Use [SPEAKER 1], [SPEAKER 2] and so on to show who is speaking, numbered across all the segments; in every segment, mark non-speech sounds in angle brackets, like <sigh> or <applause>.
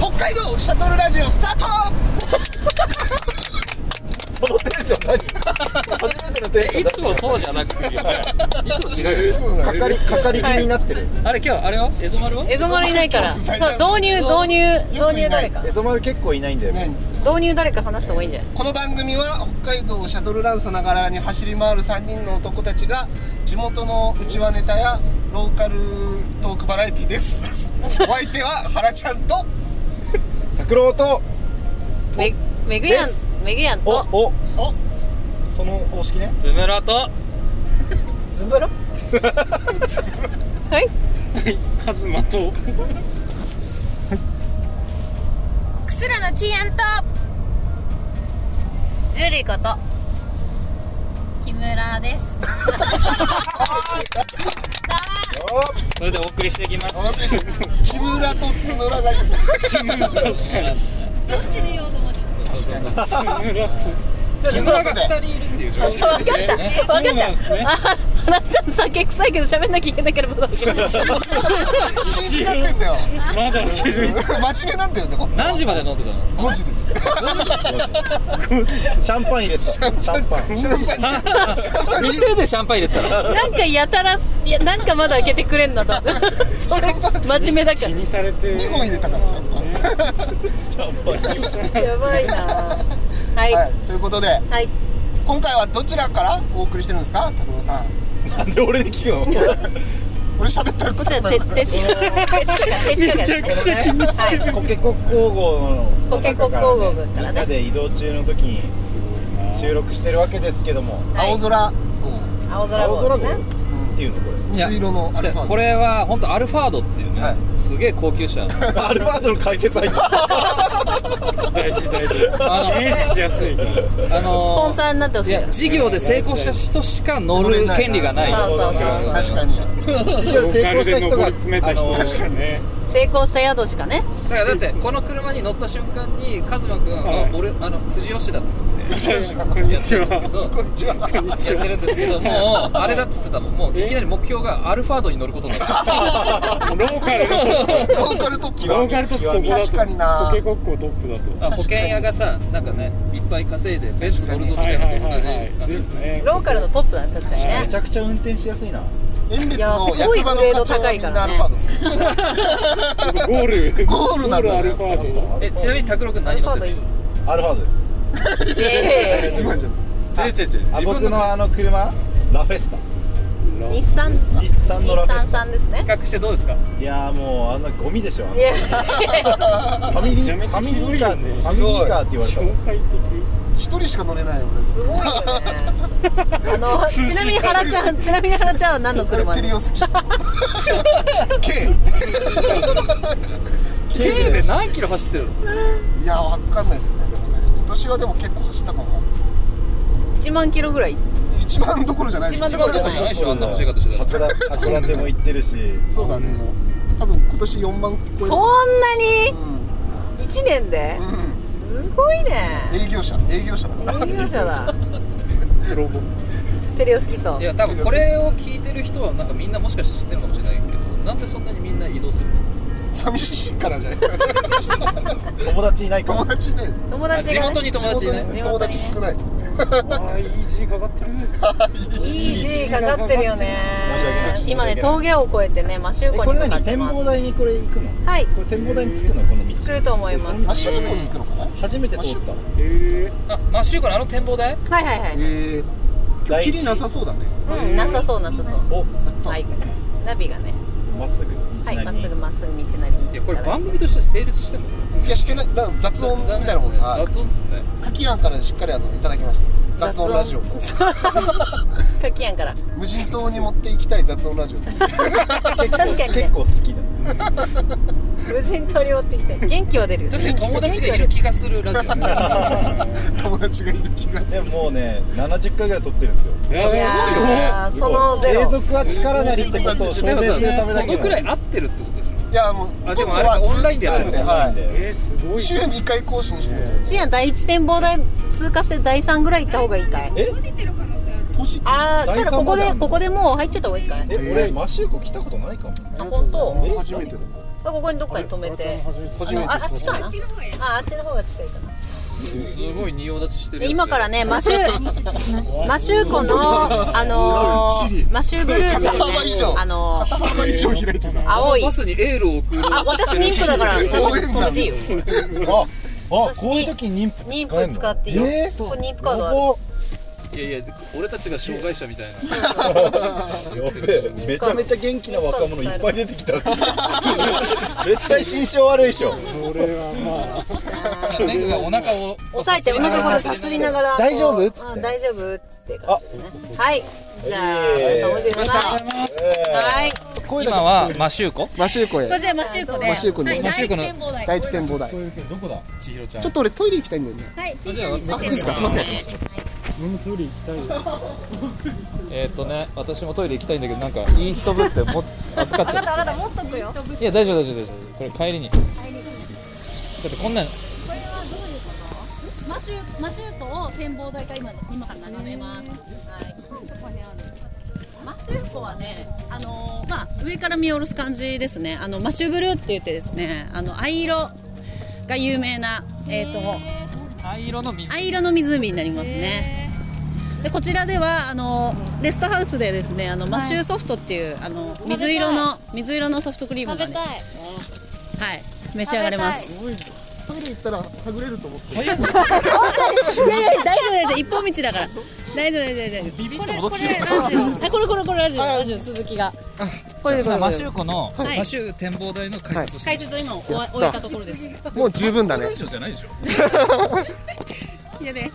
[SPEAKER 1] 北海道シャトルラジオスタート
[SPEAKER 2] そのテンション何初めてのテンション
[SPEAKER 3] いつもそうじゃなくていいよねいつも違うよ
[SPEAKER 1] そうだ
[SPEAKER 2] かかりかかり気味になってる、
[SPEAKER 3] あれ今日あれはエゾマルは
[SPEAKER 4] エゾマルいないから
[SPEAKER 1] そう
[SPEAKER 4] そう
[SPEAKER 1] 最短
[SPEAKER 4] 導入導入
[SPEAKER 1] よくい
[SPEAKER 4] 導入
[SPEAKER 1] ない
[SPEAKER 4] 誰か
[SPEAKER 2] エゾマル結構いないんだよ
[SPEAKER 1] ない
[SPEAKER 2] ね
[SPEAKER 1] んですよ
[SPEAKER 4] 導入誰か話した方がいいんじゃない
[SPEAKER 1] この番組は北海道をシャトルランさながらに走り回る3人の男たちが地元のうちわネタやローカルトークバラエティです
[SPEAKER 4] <laughs>
[SPEAKER 1] お相手は原ちゃんと
[SPEAKER 2] 拓郎と
[SPEAKER 4] めめぐやん
[SPEAKER 2] です
[SPEAKER 4] めぐやん
[SPEAKER 2] お
[SPEAKER 4] と
[SPEAKER 2] お
[SPEAKER 1] お
[SPEAKER 2] その方式ね
[SPEAKER 3] ズムラと
[SPEAKER 4] ズブロはい
[SPEAKER 3] カズマと
[SPEAKER 5] クスラのチアンと
[SPEAKER 4] ジュリーこと
[SPEAKER 5] 木村です
[SPEAKER 3] それでお送りしていきます
[SPEAKER 1] 待って日村と津村がいる
[SPEAKER 3] 確かに
[SPEAKER 5] どっちで言おうと思って
[SPEAKER 3] そうそうそうズムラとズ
[SPEAKER 1] ズ
[SPEAKER 3] ム
[SPEAKER 1] ム
[SPEAKER 3] ラ
[SPEAKER 1] ラ
[SPEAKER 3] が
[SPEAKER 1] が二
[SPEAKER 3] 2人いるっていう状況ですね
[SPEAKER 4] わ
[SPEAKER 3] そうなん
[SPEAKER 4] か
[SPEAKER 3] で
[SPEAKER 4] っ
[SPEAKER 3] すね
[SPEAKER 4] たあはなちゃん酒臭いけど喋んなきゃいけないからまだ
[SPEAKER 1] 気使ってん
[SPEAKER 4] <laughs>
[SPEAKER 1] だよ
[SPEAKER 3] まだいける
[SPEAKER 1] 真面目なんだよねこんな
[SPEAKER 3] 何時まで飲んでたの
[SPEAKER 1] 5時です
[SPEAKER 2] シャンパン入れてたシャンパン
[SPEAKER 1] 知らない
[SPEAKER 3] 店でシャンパン入れてたの
[SPEAKER 4] なんかやたらいやなんかまだ開けてくれんなとそれ真面目だか
[SPEAKER 3] 気にされて
[SPEAKER 1] 2本入れたからシャンパン
[SPEAKER 4] らやばいなはい
[SPEAKER 1] はい、ということで
[SPEAKER 4] はい
[SPEAKER 1] 今回はどちらからお送りしてるんですか拓郎さん
[SPEAKER 2] なんで俺に聞くの
[SPEAKER 1] 俺喋ったら
[SPEAKER 4] こっち
[SPEAKER 1] 臭
[SPEAKER 4] は
[SPEAKER 1] くなる
[SPEAKER 4] 手
[SPEAKER 1] から
[SPEAKER 4] 手し手しか
[SPEAKER 3] めち
[SPEAKER 4] 手し
[SPEAKER 3] ゃ
[SPEAKER 4] か
[SPEAKER 3] くちゃ気にして
[SPEAKER 2] <laughs>
[SPEAKER 3] る
[SPEAKER 2] コケコッ工房の
[SPEAKER 4] コケコッ工房からね
[SPEAKER 2] みんなで移動中の時に収録してるわけですけども
[SPEAKER 1] 青空号
[SPEAKER 4] 青空
[SPEAKER 2] 青
[SPEAKER 4] 号
[SPEAKER 2] 空
[SPEAKER 4] で
[SPEAKER 2] 号
[SPEAKER 4] す
[SPEAKER 2] っ
[SPEAKER 4] ね
[SPEAKER 2] ていうのこ
[SPEAKER 3] いや
[SPEAKER 1] 水色のア
[SPEAKER 3] じ
[SPEAKER 1] ル
[SPEAKER 3] ゃ
[SPEAKER 1] ファ
[SPEAKER 3] あこれは本当アルファードっていうね、
[SPEAKER 1] は
[SPEAKER 3] すげえ高級車
[SPEAKER 2] れ <laughs> アルファードの解説入った
[SPEAKER 3] 大事大事あの
[SPEAKER 6] イメージしやすい
[SPEAKER 3] あの
[SPEAKER 4] スポンサーになってほし
[SPEAKER 3] い
[SPEAKER 4] いな
[SPEAKER 3] や事業で成功した人しか乗る権利がない
[SPEAKER 4] そうそうそう
[SPEAKER 1] 確かに
[SPEAKER 2] 事業成功した人が
[SPEAKER 6] ローカルで上り詰めた人
[SPEAKER 2] あの
[SPEAKER 6] ですね
[SPEAKER 4] 成功した宿しかね
[SPEAKER 3] だからだってこの車に乗った瞬間にカズマ君
[SPEAKER 6] は
[SPEAKER 3] あ
[SPEAKER 6] い
[SPEAKER 3] 俺あの藤吉だってとこ
[SPEAKER 6] こん
[SPEAKER 3] で
[SPEAKER 6] に
[SPEAKER 3] やって
[SPEAKER 6] ち
[SPEAKER 3] るんですけ
[SPEAKER 6] は
[SPEAKER 3] ど
[SPEAKER 1] こんにちは
[SPEAKER 3] やってるんですけどもうあれだっつってたもんもういきなり目標がアルファードに乗ることになった
[SPEAKER 6] ローカルのトップ
[SPEAKER 1] ローカルトップ
[SPEAKER 6] ロ
[SPEAKER 1] だ
[SPEAKER 6] ーカルトップここだと
[SPEAKER 1] 確かにな
[SPEAKER 6] コケコッコトップだと
[SPEAKER 3] あ保険屋がさなんかねいっぱい稼いでベンツ乗るぞみたいなのと同じ感じ
[SPEAKER 6] で
[SPEAKER 3] です
[SPEAKER 6] す
[SPEAKER 3] ね
[SPEAKER 6] ね
[SPEAKER 4] ローカルのトップだね確かに
[SPEAKER 2] め
[SPEAKER 4] ね
[SPEAKER 2] ちゃくちゃ運転しやすいな
[SPEAKER 1] 遠別
[SPEAKER 4] いや
[SPEAKER 1] の
[SPEAKER 4] すごい
[SPEAKER 1] 役場の課長はみんなアルファードですね
[SPEAKER 6] ゴール
[SPEAKER 1] ゴールなんだね
[SPEAKER 6] ゴールアルファード
[SPEAKER 3] えちなみに拓郎君
[SPEAKER 4] アル
[SPEAKER 3] 何
[SPEAKER 4] フ
[SPEAKER 3] 乗って
[SPEAKER 4] ァードい
[SPEAKER 3] る
[SPEAKER 4] い
[SPEAKER 2] <laughs> アルファードです
[SPEAKER 4] いやいやいや
[SPEAKER 1] 今じゃ
[SPEAKER 3] 違う違う違う
[SPEAKER 2] あ
[SPEAKER 3] 自
[SPEAKER 2] 僕
[SPEAKER 3] 分の
[SPEAKER 2] のあの車ラフェスタ
[SPEAKER 4] 日産日
[SPEAKER 2] 日産のラフェ
[SPEAKER 4] 産
[SPEAKER 2] ス
[SPEAKER 4] さんですね
[SPEAKER 3] 比較してどうですか
[SPEAKER 2] タいやーもうあんなゴミでしょあんない
[SPEAKER 4] や
[SPEAKER 2] ファミリー
[SPEAKER 6] め
[SPEAKER 2] フ
[SPEAKER 6] ちゃ
[SPEAKER 2] ァ
[SPEAKER 6] め
[SPEAKER 2] ミ
[SPEAKER 6] ちゃ
[SPEAKER 2] リー
[SPEAKER 6] 広い
[SPEAKER 2] カー
[SPEAKER 6] よ
[SPEAKER 2] って
[SPEAKER 6] ね
[SPEAKER 2] ファミリーカーって言われた
[SPEAKER 6] 超
[SPEAKER 2] もん
[SPEAKER 6] 快
[SPEAKER 1] 一人しか乗れないよね
[SPEAKER 4] すごいよねあの
[SPEAKER 2] <laughs>
[SPEAKER 4] ちなみに原ちゃんちなみに原ちゃんは何の車
[SPEAKER 1] テリオスキ K
[SPEAKER 3] 軽で何キロ走ってるの
[SPEAKER 1] いやわかんないですねでもね今年はでも結構走ったかも
[SPEAKER 4] 1万キロぐらい
[SPEAKER 1] 1万どころじゃない
[SPEAKER 4] 一万どころじゃない
[SPEAKER 3] でしょあんな欲しい方してた
[SPEAKER 2] 函
[SPEAKER 3] ら
[SPEAKER 2] 館函館も行ってるし
[SPEAKER 1] そうだね多分今年4万超
[SPEAKER 4] そ
[SPEAKER 1] え
[SPEAKER 4] んなに
[SPEAKER 1] う
[SPEAKER 4] 1年で
[SPEAKER 1] んうん
[SPEAKER 4] すごいね
[SPEAKER 1] 営業者営業者だから
[SPEAKER 4] 営業者だ
[SPEAKER 6] 適ロボ
[SPEAKER 4] テレオスキット
[SPEAKER 3] いや多分これを聞いてる人はなんかみんなもしかして知ってるかもしれないけどなんでそんなにみんな移動するんですか
[SPEAKER 1] 寂しいからじゃないですか
[SPEAKER 2] 友達いないか
[SPEAKER 1] 友
[SPEAKER 2] ら
[SPEAKER 1] 達で
[SPEAKER 4] 友
[SPEAKER 3] あ
[SPEAKER 4] 達
[SPEAKER 3] 地
[SPEAKER 4] が
[SPEAKER 3] 元
[SPEAKER 4] ね
[SPEAKER 3] に友達いない
[SPEAKER 1] 地元に友達少ない
[SPEAKER 6] あーイージーかかってる
[SPEAKER 4] いい字かかってるよね
[SPEAKER 2] 申し訳ない
[SPEAKER 4] 今ね峠を越えてね摩周
[SPEAKER 2] え
[SPEAKER 4] 湖
[SPEAKER 2] こ
[SPEAKER 4] に
[SPEAKER 2] れ
[SPEAKER 4] 向かっ
[SPEAKER 2] 何
[SPEAKER 4] て
[SPEAKER 2] 展
[SPEAKER 4] ま
[SPEAKER 2] 望
[SPEAKER 4] す
[SPEAKER 2] 台にこれ行くの
[SPEAKER 4] はい
[SPEAKER 2] これ展望台に着くのこの道
[SPEAKER 4] 着くと思います
[SPEAKER 1] マシュコに行くのかな
[SPEAKER 2] 初めて通った
[SPEAKER 6] え
[SPEAKER 3] あマシューコのあの展望台
[SPEAKER 4] はいはいはい
[SPEAKER 1] えー、
[SPEAKER 2] 第
[SPEAKER 1] き
[SPEAKER 2] 一
[SPEAKER 1] りなさそうだね
[SPEAKER 4] うん、なさそうなさそう。
[SPEAKER 2] お
[SPEAKER 4] はい。ナビがね、
[SPEAKER 2] まっすぐ道
[SPEAKER 4] はい、
[SPEAKER 2] な
[SPEAKER 4] ま
[SPEAKER 2] り
[SPEAKER 4] っすぐ
[SPEAKER 2] に
[SPEAKER 4] まっすぐ道なりに。
[SPEAKER 3] いやこれ番組として成立してんの
[SPEAKER 1] いやしてないだから雑音みたいなもん
[SPEAKER 3] ダ
[SPEAKER 1] さ
[SPEAKER 3] メですね雑音ですね
[SPEAKER 1] カキヤンからしっかりあのいただきました雑音ラジオと
[SPEAKER 4] かきやんから。
[SPEAKER 1] 無人島に持っていきたい雑音ラジオと
[SPEAKER 4] 確かにね
[SPEAKER 2] 結構好きだ
[SPEAKER 4] 無人取り持ってきて元気は出るよね
[SPEAKER 3] 確かに友達がいる気がするラジオ
[SPEAKER 1] 友達がいる気がす
[SPEAKER 2] で
[SPEAKER 1] る
[SPEAKER 2] ももうね70回ぐらい撮ってるんですよ
[SPEAKER 6] いや
[SPEAKER 4] いやー
[SPEAKER 2] すご
[SPEAKER 4] そ
[SPEAKER 2] い
[SPEAKER 4] のゼロ
[SPEAKER 2] 継続は力なりってことを証
[SPEAKER 3] で
[SPEAKER 2] 明
[SPEAKER 3] もさ
[SPEAKER 2] するためだ
[SPEAKER 3] そ
[SPEAKER 2] け
[SPEAKER 3] のくらい
[SPEAKER 2] の
[SPEAKER 3] 合ってるってことでしょ
[SPEAKER 1] いやもう
[SPEAKER 3] あ
[SPEAKER 1] 今
[SPEAKER 3] で
[SPEAKER 1] 度
[SPEAKER 3] もあれ
[SPEAKER 1] は
[SPEAKER 3] オンラインでやる
[SPEAKER 1] ズーム
[SPEAKER 2] オンラインで
[SPEAKER 6] えー、すごい
[SPEAKER 1] 週2回更新してるんですよ
[SPEAKER 4] チア第一展望台通過して第三ぐらい行った方がいいかい
[SPEAKER 2] え
[SPEAKER 1] ポジティ
[SPEAKER 4] ああチアここでここでもう入っちゃった方がいいかい
[SPEAKER 2] え俺マシューコ来たことないかも
[SPEAKER 4] あ本当
[SPEAKER 1] ブ初めての
[SPEAKER 4] ここにどっかに止めて
[SPEAKER 1] 初めて
[SPEAKER 4] あ
[SPEAKER 1] <laughs>
[SPEAKER 4] あっちかなああっちの方が近いかな
[SPEAKER 3] すごい仁王立ちしてる
[SPEAKER 4] で
[SPEAKER 3] やつ
[SPEAKER 4] 今からねマシュマシュ湖のあの
[SPEAKER 1] がっち
[SPEAKER 4] ー、
[SPEAKER 1] り
[SPEAKER 4] マシュブルーっていうね
[SPEAKER 1] 肩幅以上
[SPEAKER 4] あのー、
[SPEAKER 1] 幅以上開いてた
[SPEAKER 4] 青い
[SPEAKER 3] バスにエールを送る
[SPEAKER 4] あ私妊婦だから多
[SPEAKER 1] 応
[SPEAKER 4] 分
[SPEAKER 1] 援団
[SPEAKER 4] 止めていいよ
[SPEAKER 2] ああ
[SPEAKER 4] 私
[SPEAKER 2] こういう時に妊婦って使
[SPEAKER 4] 妊
[SPEAKER 2] え
[SPEAKER 4] 婦
[SPEAKER 2] るの
[SPEAKER 4] 使っていいよ、
[SPEAKER 2] え
[SPEAKER 4] ここ妊
[SPEAKER 2] ー
[SPEAKER 4] 婦カードある
[SPEAKER 2] やば
[SPEAKER 3] いやいや俺たちが障害者みたいな
[SPEAKER 2] やべえめちゃめちゃ元気な若者いっぱい出てきた絶対心象悪いでしょ
[SPEAKER 6] それはまあ
[SPEAKER 3] レングがお腹を
[SPEAKER 4] 押さえてお腹これさすりながら
[SPEAKER 2] 大丈夫
[SPEAKER 4] こう
[SPEAKER 2] っつって
[SPEAKER 4] うん大丈夫っつって感じですねはいじゃあ
[SPEAKER 2] いえいえ
[SPEAKER 4] おやすみなさいはい
[SPEAKER 3] 今はマシューコ
[SPEAKER 1] マシューコへ
[SPEAKER 5] こちらマシューコで
[SPEAKER 1] マシューコで
[SPEAKER 5] はい、
[SPEAKER 3] マシ
[SPEAKER 5] 第
[SPEAKER 3] ューコ
[SPEAKER 5] 一
[SPEAKER 3] の
[SPEAKER 5] 展望台
[SPEAKER 1] 第一展望台
[SPEAKER 2] どこだ
[SPEAKER 3] 千尋ちゃん
[SPEAKER 1] ちょっと俺トイレ行きたいんだよね
[SPEAKER 5] はい、ち
[SPEAKER 3] じゃあ
[SPEAKER 5] について
[SPEAKER 3] あいいですかすいません
[SPEAKER 6] 俺もトイレ行きたいよ
[SPEAKER 3] えーっとね私もトイレ行きたいんだけどなんかいい人ぶって <laughs> も預かっちゃった
[SPEAKER 4] まだ持っとくよ
[SPEAKER 3] いや大丈夫大丈夫大丈夫これ帰りにだってこんなん
[SPEAKER 5] マシュマシューコを展望台から今今から眺めます。はい。マシューコはね、あのーまあ上から見下ろす感じですね。あのマシューブルーって言ってですね、あの藍色が有名なえっ、と
[SPEAKER 3] 灰色の水
[SPEAKER 5] 藍色の湖になりますね。でこちらではあのレストハウスでですね、あのマシューソフトっていう、あの水色の水色のソフトクリームがね、はい召し上がれます。
[SPEAKER 1] トイレ行ったらはぐれると思って
[SPEAKER 5] いやいや大丈夫大丈夫一本道だから大丈夫大丈夫大丈夫。
[SPEAKER 3] ビビッと戻ってきちゃった
[SPEAKER 5] はい、これこれこれラジオ、ラジオ続きが。これでこれ。
[SPEAKER 3] マシューコの、
[SPEAKER 5] い
[SPEAKER 3] マシュー展望台の解説をして
[SPEAKER 5] 解
[SPEAKER 3] る、
[SPEAKER 5] 説を今終わ終えたところです。
[SPEAKER 1] もう十分だね
[SPEAKER 3] ラジオじゃないでしょ
[SPEAKER 5] いやね、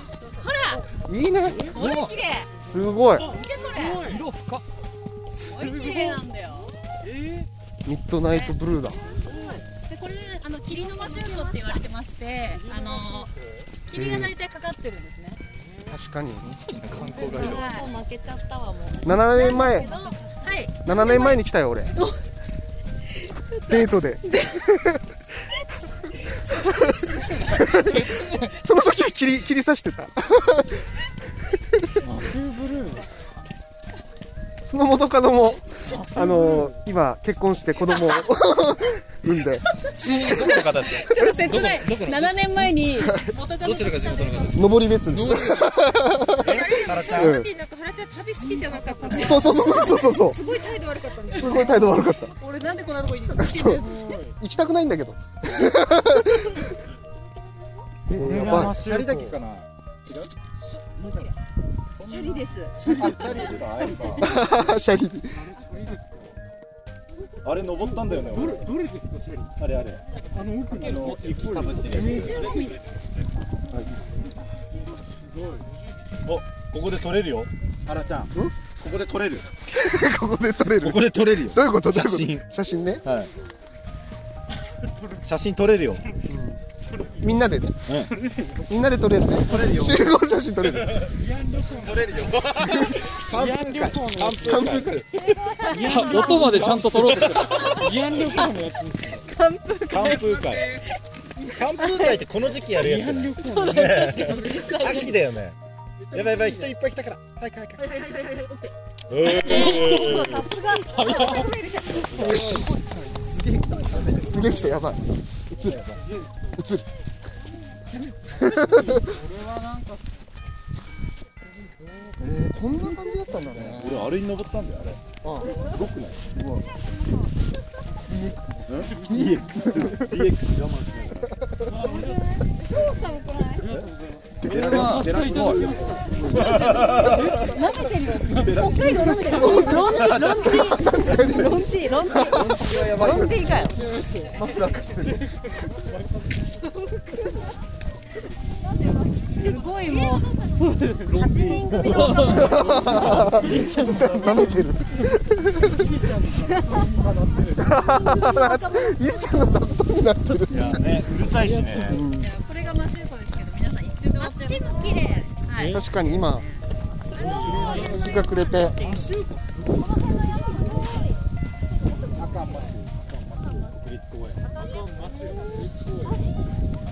[SPEAKER 1] いいね
[SPEAKER 5] ほら、これ綺麗。
[SPEAKER 1] すごい
[SPEAKER 5] 見てこれ。
[SPEAKER 3] 色深っ
[SPEAKER 5] これ綺麗なんだよ。
[SPEAKER 1] ミッドナイトブルーだ
[SPEAKER 5] で、これね、あの霧のマシューコって言われてまして、あの霧が大体かかってるんですね。
[SPEAKER 1] 確かに
[SPEAKER 3] 観光が
[SPEAKER 5] はい。
[SPEAKER 7] 負けちゃったわもう
[SPEAKER 1] 7年前
[SPEAKER 5] はい。
[SPEAKER 1] 7年前に来たよ俺 <laughs> デートでその時は切り切り刺してたその元カノもあの今結婚して子供を産んで
[SPEAKER 3] どの方ですか
[SPEAKER 5] ちょっと切ない
[SPEAKER 3] どこどこ。の
[SPEAKER 5] 七年前に元カ
[SPEAKER 3] どちらが地元の方ですか
[SPEAKER 1] 上り別です、うん
[SPEAKER 7] なんか原ちゃん旅好きじゃなかったね
[SPEAKER 1] そうそうそうそうそうそう
[SPEAKER 7] すごい態度悪かったんだよ
[SPEAKER 1] すごい態度悪かった
[SPEAKER 5] 俺なんでこんなとこに。
[SPEAKER 1] そう行きたくないんだけ <laughs> どえー、やばい
[SPEAKER 2] シャリだけかな違う
[SPEAKER 7] シャリです
[SPEAKER 2] あシャリですかやっ
[SPEAKER 1] <laughs>
[SPEAKER 2] ぱ
[SPEAKER 1] シャリ
[SPEAKER 2] あれ登ったんだよね
[SPEAKER 6] どれどれですかシェリー
[SPEAKER 2] あれあれ
[SPEAKER 6] あの奥に
[SPEAKER 2] あの雪かぶってるやつおここで取れるよ原ちゃんここで取れる
[SPEAKER 1] ここで撮れる
[SPEAKER 2] ここで取れるよ
[SPEAKER 1] どういうこと
[SPEAKER 2] 写
[SPEAKER 1] どういう
[SPEAKER 2] 真
[SPEAKER 1] こと写真ね
[SPEAKER 2] はい写真撮れるよ
[SPEAKER 1] みんなでね、みんなで撮れる撮れるよ集合写真撮れ <laughs> る
[SPEAKER 2] 取れるよ
[SPEAKER 6] 慰安旅行のやつ
[SPEAKER 1] 完封会
[SPEAKER 3] いや音までちゃんと取ろうとしてる
[SPEAKER 6] 慰安旅行のやつ
[SPEAKER 2] 寒風会寒風会ってこの時期やるやつじゃない秋だよねやばいやばい人いっぱい来たから早く早く早くえー
[SPEAKER 1] すげえ来たやばい映る <laughs> 映る <laughs> えー、こんな感じだったんだね
[SPEAKER 2] 俺あれに登ったんだよあれ
[SPEAKER 1] あ
[SPEAKER 2] すごくない
[SPEAKER 1] すごい
[SPEAKER 2] DX 我慢しながら超寒くない出られすごい
[SPEAKER 4] ロンティーロンティーロンティーロンティーロンティーかよ
[SPEAKER 1] マフラー貸してる
[SPEAKER 4] すごいもう8人組の
[SPEAKER 1] 舐めてるゆうちゃんの座布団になってる
[SPEAKER 2] いやねうるさいしね
[SPEAKER 4] じゃあこれがマシュートですけど皆さん一瞬で終わっちゃいます
[SPEAKER 8] 綺麗
[SPEAKER 4] はい
[SPEAKER 1] 確かに今日が暮れて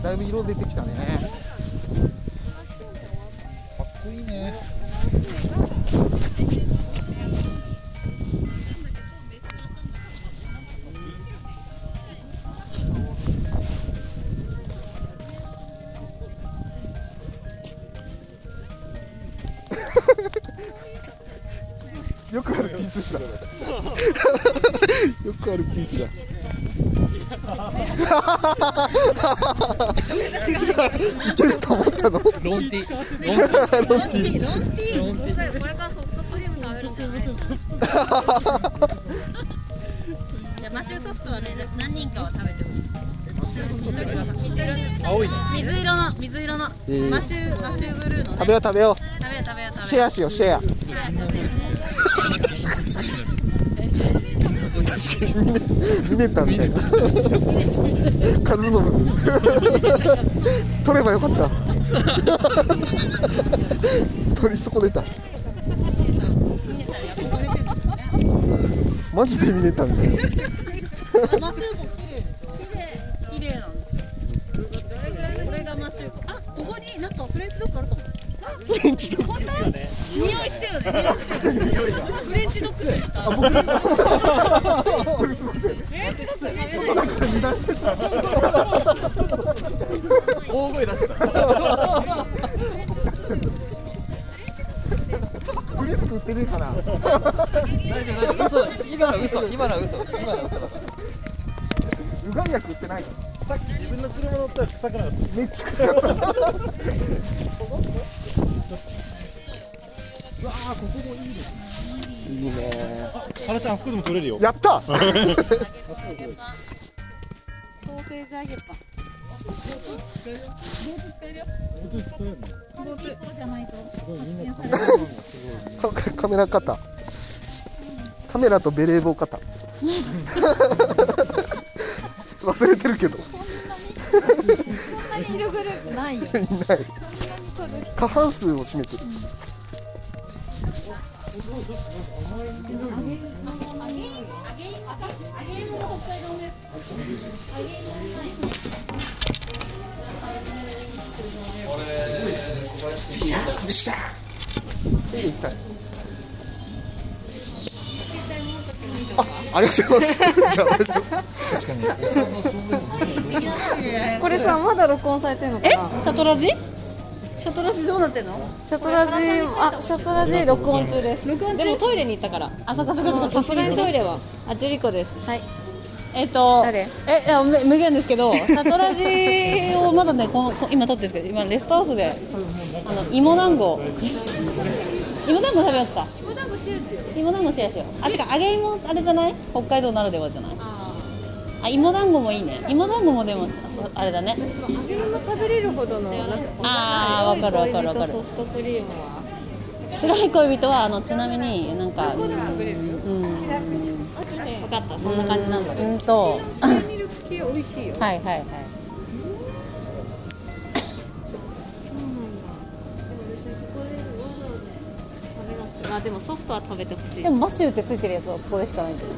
[SPEAKER 1] だいぶ色出てきたね
[SPEAKER 2] かっこいいね
[SPEAKER 1] よくあるピースしだ <laughs> よくあるピースだ <laughs> いけると思ったの
[SPEAKER 3] ロンティ
[SPEAKER 1] ロンティ
[SPEAKER 4] ロンティー
[SPEAKER 8] これからソフトクリーム食べるんじゃないの
[SPEAKER 4] いやマシューソフトはね何人かは食べてほしい一人は一人
[SPEAKER 2] 青いね
[SPEAKER 4] 水色の水色の
[SPEAKER 1] えー
[SPEAKER 4] マシューマシューブルーの
[SPEAKER 1] 食
[SPEAKER 4] ね
[SPEAKER 1] べよう食べよ
[SPEAKER 4] 食べよう食べよう
[SPEAKER 1] う
[SPEAKER 4] 食
[SPEAKER 1] シェアしようシェア
[SPEAKER 4] べようはい
[SPEAKER 1] ミネタみたいな数の分取ればよかった取り損ねたマジでミネタみたいな
[SPEAKER 4] マシューコ綺麗綺麗なんですよこれぐらいこれがマシューコあここになんかフレンチドッグあるかも
[SPEAKER 1] フレンチドッグ
[SPEAKER 4] 本当匂いしてよね匂いしてよねフレンチドッグする人フレンチドッグ食べない
[SPEAKER 3] 大声出した
[SPEAKER 1] フレンチドッグ売ってねえかな
[SPEAKER 3] 大丈夫大丈夫嘘今の嘘今の嘘今の嘘だ
[SPEAKER 1] うがい薬売ってない
[SPEAKER 2] さっき自分の車乗ったら臭くなかった
[SPEAKER 1] めっちゃ臭かったうわあここもいいですねいいね
[SPEAKER 2] 原ちゃんあそこでも取れるよ
[SPEAKER 1] やった
[SPEAKER 8] ソーセージ揚げパンボート使えるよボート使えるボートじゃないと
[SPEAKER 1] カカメラ肩カメラとベレー帽肩忘れてるけど
[SPEAKER 8] そんなに色グループないよ
[SPEAKER 1] いない過半数を占めてるビシャビシャ手で行きたいあありがとうございますじゃあお願いします
[SPEAKER 9] これさまだ録音されてんのかな
[SPEAKER 4] シャトラジシャトラジどうなってんの
[SPEAKER 9] シャトラジあシャトラジ録音中です録音中でもトイレに行ったから
[SPEAKER 4] あそこそこそこ
[SPEAKER 9] さすがにトイレはあジュリコですはい
[SPEAKER 4] えっと
[SPEAKER 9] 誰
[SPEAKER 4] えいやむ無限ですけどシャトラジをまだねこのこ今撮ってるんですけど今レストハウスであの芋団 <laughs> 子芋団子食べよった芋団子シェアしようあてか揚げ芋あれじゃない北海道ならではじゃないあ芋団子もいいね芋団子もでもあそうあれだね
[SPEAKER 8] 食べれるほどのなんか
[SPEAKER 4] ああーわかるわかるわかる
[SPEAKER 8] ソフトクリームは
[SPEAKER 4] 白い恋人はあのちなみになんかうん分かったそんな感じなんだうんと
[SPEAKER 8] ミルク系美味しいよ
[SPEAKER 4] はいはいはい
[SPEAKER 8] あでもソフトは食べてほしい
[SPEAKER 4] でもマシューってついてるやつはここでしかないんじゃない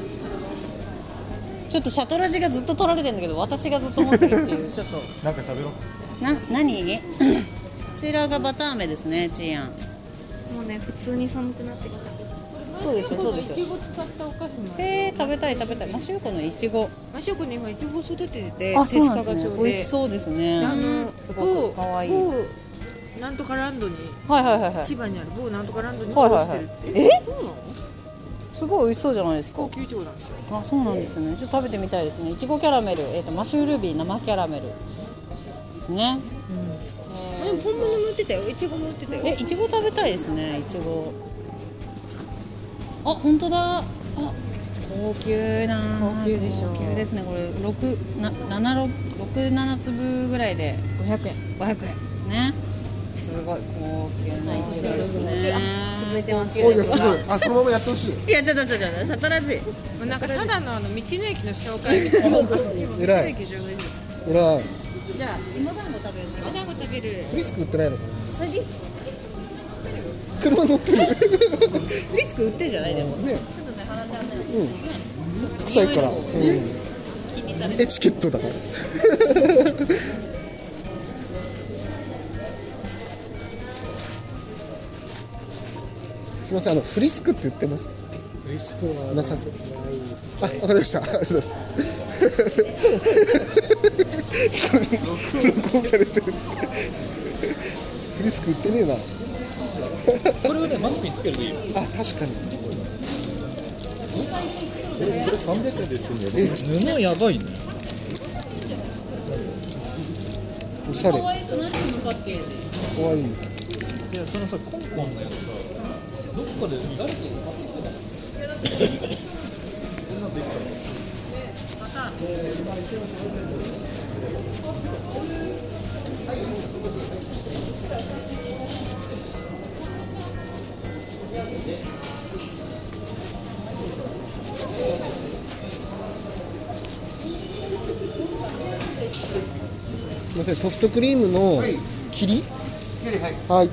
[SPEAKER 4] ちょっとシャトラジがずっと取られてるんだけど私がずっと持ってるっていうちょっと
[SPEAKER 2] なんか喋ろう
[SPEAKER 4] な何 <coughs> こちらがバター飴ですねチーアン
[SPEAKER 8] もうね普通に寒くなってきた
[SPEAKER 4] そうでしょそうでしょ
[SPEAKER 8] ご使ったお菓子も
[SPEAKER 4] へえ食べたい食べたいマシューこのいちご
[SPEAKER 8] マシュコね今いちご育ててて
[SPEAKER 4] あそう
[SPEAKER 8] 手
[SPEAKER 4] な
[SPEAKER 8] 鹿
[SPEAKER 4] んで
[SPEAKER 8] がち
[SPEAKER 4] す
[SPEAKER 8] ょ
[SPEAKER 4] ね
[SPEAKER 8] う
[SPEAKER 4] 美味しそうですね
[SPEAKER 10] あの
[SPEAKER 4] すごく可愛い
[SPEAKER 10] 某某なんとかランドに
[SPEAKER 4] はいはいはいはい
[SPEAKER 10] 千葉にある某なんとかランドに
[SPEAKER 4] はいはいは
[SPEAKER 10] 卸し
[SPEAKER 4] い
[SPEAKER 10] てるって、
[SPEAKER 4] え
[SPEAKER 10] そうなの
[SPEAKER 4] すごい美味しそうじゃないですか
[SPEAKER 10] 高級長なんですよ
[SPEAKER 4] あそうなんですねちょっと食べてみたいですねいちごキャラメル、えー、とマシュールビー生キャラメルですね
[SPEAKER 8] でも本物も売ってたよいちごも売ってたよ
[SPEAKER 4] えいちご食べたいですねいちごあ本当だあ高級な
[SPEAKER 10] 高級でしょ
[SPEAKER 4] 高級ですねこれ六な七六六七粒ぐらいで
[SPEAKER 10] 500円
[SPEAKER 4] 500円ですね
[SPEAKER 8] すごい高級な
[SPEAKER 4] 一番ですね
[SPEAKER 8] 続いてます
[SPEAKER 1] おいやすごいあそのままやってほしい
[SPEAKER 4] いやちょっとちょっとちょっと新しい
[SPEAKER 8] なんかただのあの道の駅の紹介みたいな。
[SPEAKER 1] えらいえらい
[SPEAKER 4] じゃあ芋団子食べよう
[SPEAKER 8] お団子食べる。
[SPEAKER 1] フリスク売ってないのかな車乗ってる
[SPEAKER 4] <laughs> フリスク売ってんじゃないでも
[SPEAKER 1] ね
[SPEAKER 4] ちょっとね腹ちゃんね
[SPEAKER 1] 臭いから、うん、エチケットだから <laughs> すみませんあのフリスクって言ってます
[SPEAKER 11] フリスクは
[SPEAKER 1] なさそうですあ、わかりました。ありがとうござい
[SPEAKER 11] <laughs>
[SPEAKER 1] ます。これ <laughs> 録音されてる。フリスク売ってねえな。
[SPEAKER 11] これをねマスクにつけるといいよ
[SPEAKER 1] あ、確かに。
[SPEAKER 11] これ300円で売ってるんだよ布やばいね
[SPEAKER 1] おしゃれ。
[SPEAKER 4] 可愛くないこのパッケージ
[SPEAKER 1] 可愛い。
[SPEAKER 11] いやそのさコンコンのやつさどっかで誰かが買ってきてた
[SPEAKER 1] すみません、ソフトクリームの切り。はい。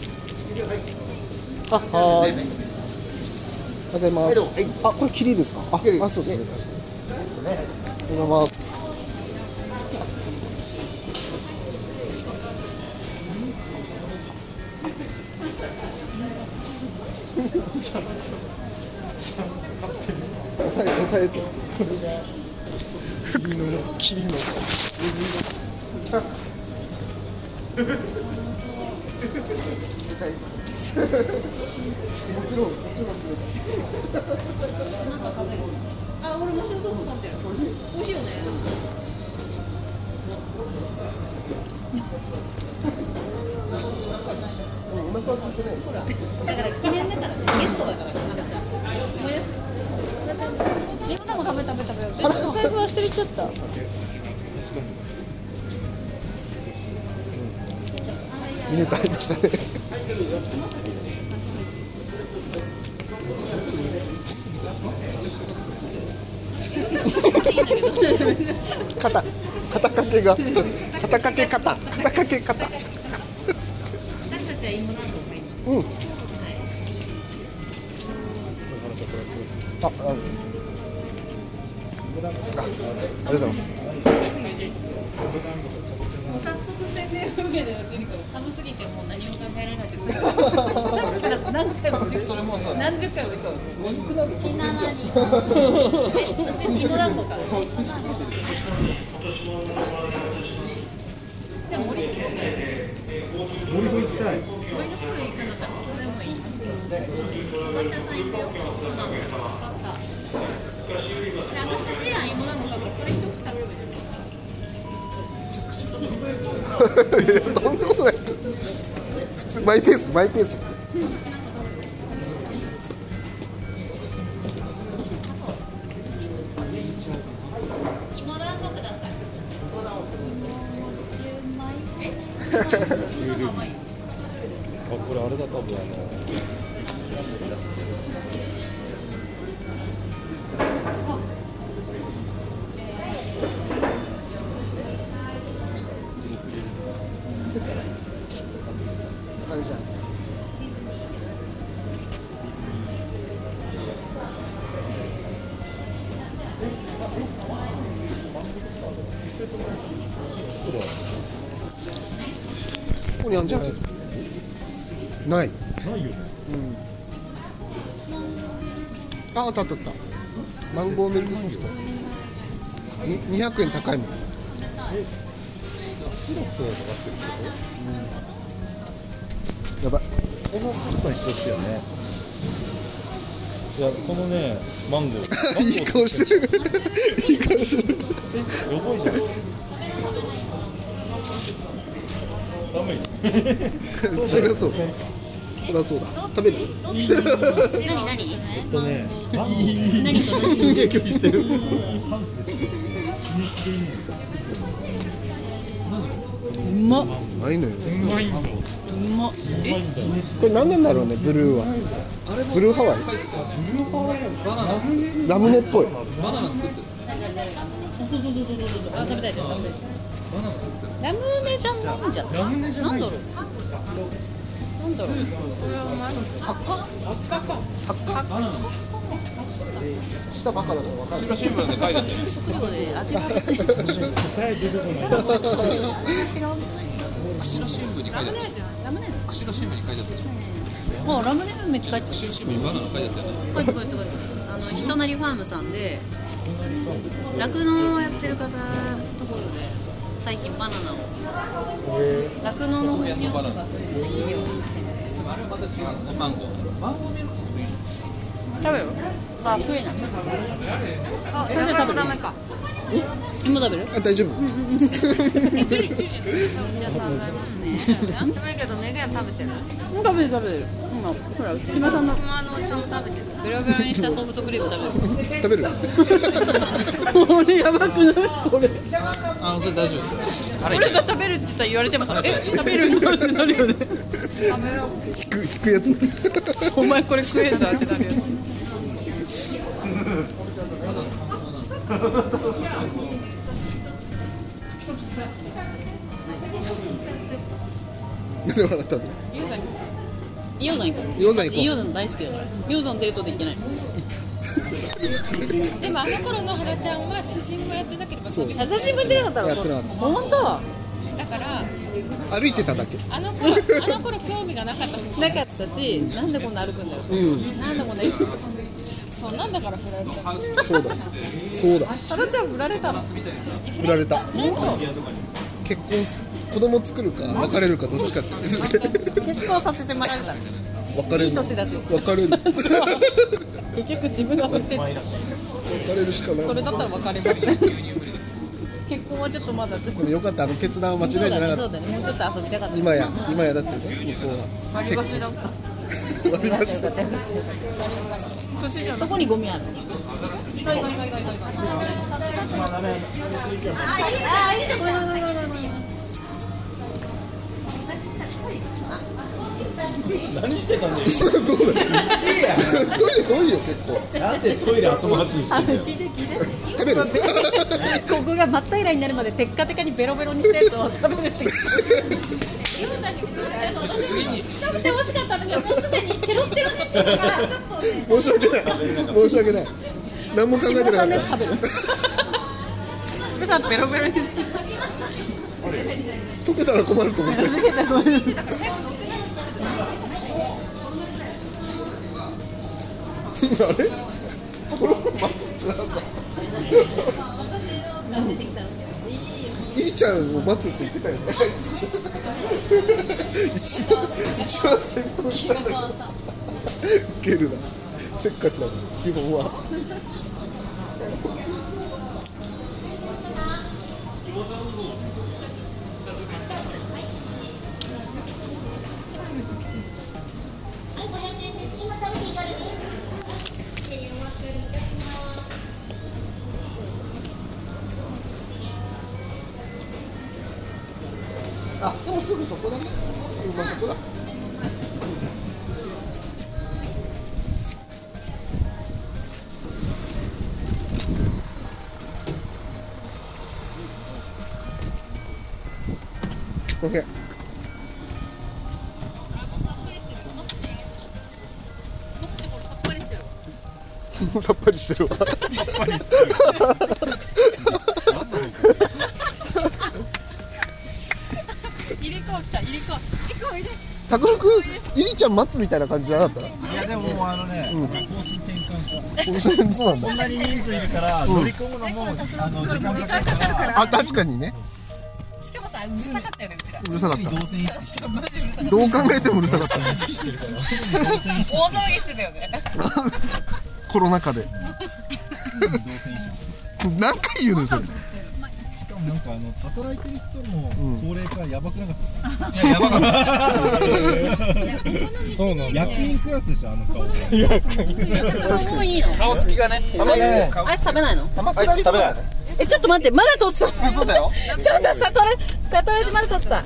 [SPEAKER 1] あ、はーい。おはようございます。あ、これ切りですか。あ、あそうですね。確かにおはようございます。押さえて押さえてこれが首の霧の水色大好きもちろんもちろん
[SPEAKER 12] あ、俺もしろそうと思ってる。美味しいよね。
[SPEAKER 1] お腹は空いてないほら
[SPEAKER 4] だから記念だからねゲストだからはらちゃん思い出す芋団子食べ食べ食べよう
[SPEAKER 1] お財布忘れちゃったミネタ入りましたね肩肩掛けが肩掛け肩肩掛け肩
[SPEAKER 12] 私たちは芋なんとかいい。
[SPEAKER 1] うん。あ、あの。あ、ありがとうございます。
[SPEAKER 4] もう早速宣伝風景でのジュニコ寒すぎてもう何も考えられなく <laughs> てさっきから何回もそれもさ何十回もさ
[SPEAKER 12] ちなまに。
[SPEAKER 4] 芋団子からねでも森森子行きたい森の頃行くんだったらそこでもいいお菓子屋さん行くよあ分かったで私たちやん芋団子だからそれ一口食べればいい
[SPEAKER 1] いやとんでもない。普通マイペースマイペースです。
[SPEAKER 4] 芋団子ください
[SPEAKER 11] あこれあれだ多分あの
[SPEAKER 1] ここにあんじゃない。ない。ないよね。うん。あ、あったあったあった。マンゴーミルクソフト。に、二百円高いもん。シロップがかって
[SPEAKER 13] こ
[SPEAKER 1] る
[SPEAKER 13] のカットにしてほしいよね
[SPEAKER 11] いやこのねマンゴー
[SPEAKER 1] やば。 <laughs> いい顔してる。いい顔してる。
[SPEAKER 11] やばいじゃん
[SPEAKER 14] 寒い。
[SPEAKER 1] <laughs> そりゃそうそりゃそうだ食べる
[SPEAKER 4] 何何
[SPEAKER 2] とね、
[SPEAKER 4] 何と何
[SPEAKER 1] すげえ拒否してる
[SPEAKER 8] うまっ
[SPEAKER 1] ないのよ
[SPEAKER 8] うまっ
[SPEAKER 1] これ何なんだろうねブルーはブルーハワイ
[SPEAKER 3] バナナ作
[SPEAKER 1] ラムネっぽい <laughs>
[SPEAKER 3] バナナ作ってる
[SPEAKER 4] そうそうそうそうそうあ食べたい食べたい
[SPEAKER 3] バナナ作ってる
[SPEAKER 4] ラムネじゃないんじゃないなんだろう
[SPEAKER 1] 下バカだから分かる
[SPEAKER 3] 新聞で書いてある
[SPEAKER 4] 食料で味が別に
[SPEAKER 3] 釧路新聞に書いてある
[SPEAKER 4] ラムネ
[SPEAKER 3] 釧路新聞に書いてあったじゃん
[SPEAKER 4] もうラムネめっちゃ書いてある
[SPEAKER 3] 釧路新聞にバナナ書いてあったよね
[SPEAKER 4] こいつこいつこいつあの人なりファームさんで酪農をやってる方のところで最近バナナを酪農の方に
[SPEAKER 3] バナナあれまた違うのマンゴーマンゴーメロン作っていいじゃん
[SPEAKER 8] 食べよ
[SPEAKER 4] あ食えない
[SPEAKER 8] あ、それじゃ食べないか
[SPEAKER 4] 今食べる
[SPEAKER 1] あ大丈夫
[SPEAKER 8] <laughs>
[SPEAKER 4] じゃあ考えますね
[SPEAKER 8] 食べるけどメガヤ食べてる
[SPEAKER 4] 食べる食べる今ほら木村さんの熊のおじさんも食べてるベロベロにしたソフトクリーム食べてる
[SPEAKER 1] 食べる
[SPEAKER 8] これやばくないこれ
[SPEAKER 3] あそれ大丈夫ですよ
[SPEAKER 8] 俺さ食べるってさ言われてもさえ食べるんだってなるよね
[SPEAKER 1] 引く引くやつ
[SPEAKER 8] お前これ食えんだっ
[SPEAKER 4] <laughs>
[SPEAKER 8] てなるやつ
[SPEAKER 1] 何で笑ったの
[SPEAKER 4] イオザン行こう
[SPEAKER 1] イオザン行こう
[SPEAKER 4] イオザン大好きだからイオザンデートで行ってない
[SPEAKER 8] でもあの頃のハラちゃんは写真もやってなければ
[SPEAKER 1] そう
[SPEAKER 8] 飛び
[SPEAKER 1] や
[SPEAKER 8] 出
[SPEAKER 15] 写真も出なかったの
[SPEAKER 1] ってなかっ
[SPEAKER 15] 本当
[SPEAKER 8] せないだから
[SPEAKER 1] た歩いてただけ
[SPEAKER 8] あの頃あの頃興味がなかったもん
[SPEAKER 4] なかったしなんでこんな歩くんだ <laughs> よ
[SPEAKER 1] うん
[SPEAKER 4] なんでこんな歩くんだよ
[SPEAKER 8] そんなんだから振られちゃう
[SPEAKER 1] そうだそうだ
[SPEAKER 8] ハラちゃん振られたの
[SPEAKER 1] 振られた
[SPEAKER 8] 本
[SPEAKER 1] 結婚す子供作るか別れるかどっちかって
[SPEAKER 8] 当結婚させてもらえたの
[SPEAKER 1] 別れる
[SPEAKER 8] いい年だし
[SPEAKER 1] 別れ
[SPEAKER 8] <laughs>
[SPEAKER 1] る
[SPEAKER 8] 結局自分が振って
[SPEAKER 1] 別れるしかない
[SPEAKER 8] それだったら分かりますね結婚はちょっとまだ
[SPEAKER 1] でもよかったあの決断は間違いじゃなか
[SPEAKER 8] そ
[SPEAKER 1] っ
[SPEAKER 8] うだねもうちょっと遊びたかった
[SPEAKER 1] た今や今やだってね向こうは
[SPEAKER 8] 割り箸だった
[SPEAKER 1] 結構割り箸だ
[SPEAKER 8] 年じゃな
[SPEAKER 4] そこにゴミある
[SPEAKER 2] 何してたんだよ
[SPEAKER 1] <laughs> そうだよトイレ遠いよ結構
[SPEAKER 2] なんでトイレ後回しにしてんだよ
[SPEAKER 1] 食べる
[SPEAKER 15] ここが真っ平らになるまでテッカテカにベロベロにしたやつを食べるって
[SPEAKER 4] 食べてほしかったんだけどもうすでにテロテロですからちょっと
[SPEAKER 1] 申し訳ない申し訳ない何も考えてなかった
[SPEAKER 8] 皆さんベロベロにして
[SPEAKER 1] 溶けたら困ると思って <laughs> あれこれマジなんだいいちゃんを待つって言ってたよねあいつ <laughs> 一番一番先頭したんだけどウケるなせっかちだもん基本はあでもすぐそこだね今そこだすいません
[SPEAKER 4] まさしこれさっぱりしてる
[SPEAKER 1] さっぱりしてるわ。
[SPEAKER 4] 入れ替わった入れ替わった入れ替わりで
[SPEAKER 1] たくらくん、いりちゃん待つみたいな感じじゃなかっ
[SPEAKER 2] いやでももうあのね、方針転換した
[SPEAKER 1] た。そうなんだ
[SPEAKER 2] こん。なに人数いるから乗り込むのもあの時間かかるから
[SPEAKER 1] あ、確かにね。
[SPEAKER 4] しかもさうるさかったよねうちら
[SPEAKER 1] うるさかった。
[SPEAKER 2] 動線意識してる
[SPEAKER 1] どう考えてもうるさかった。
[SPEAKER 2] 意識してるから
[SPEAKER 4] 大騒ぎしてたよね
[SPEAKER 1] コロナ禍で。
[SPEAKER 2] 常に動線意識して
[SPEAKER 1] 何回言うのそれ。
[SPEAKER 2] るしかも
[SPEAKER 16] なんかあの働いてる人の
[SPEAKER 1] うん
[SPEAKER 16] 高齢化やばくなかったですか、
[SPEAKER 3] いや、やば
[SPEAKER 2] <laughs>
[SPEAKER 3] かった。
[SPEAKER 8] そうなんだ。
[SPEAKER 16] 役員クラスでしょあの顔
[SPEAKER 4] もういいの
[SPEAKER 3] 顔つきがね。
[SPEAKER 1] あんまりね
[SPEAKER 3] 顔
[SPEAKER 4] アイス食べないの
[SPEAKER 1] 天下りとかだよね
[SPEAKER 4] えちょっと待ってまだ撮ってた
[SPEAKER 1] 嘘だよ
[SPEAKER 4] ちょっとシャトルシャトル島で撮ってた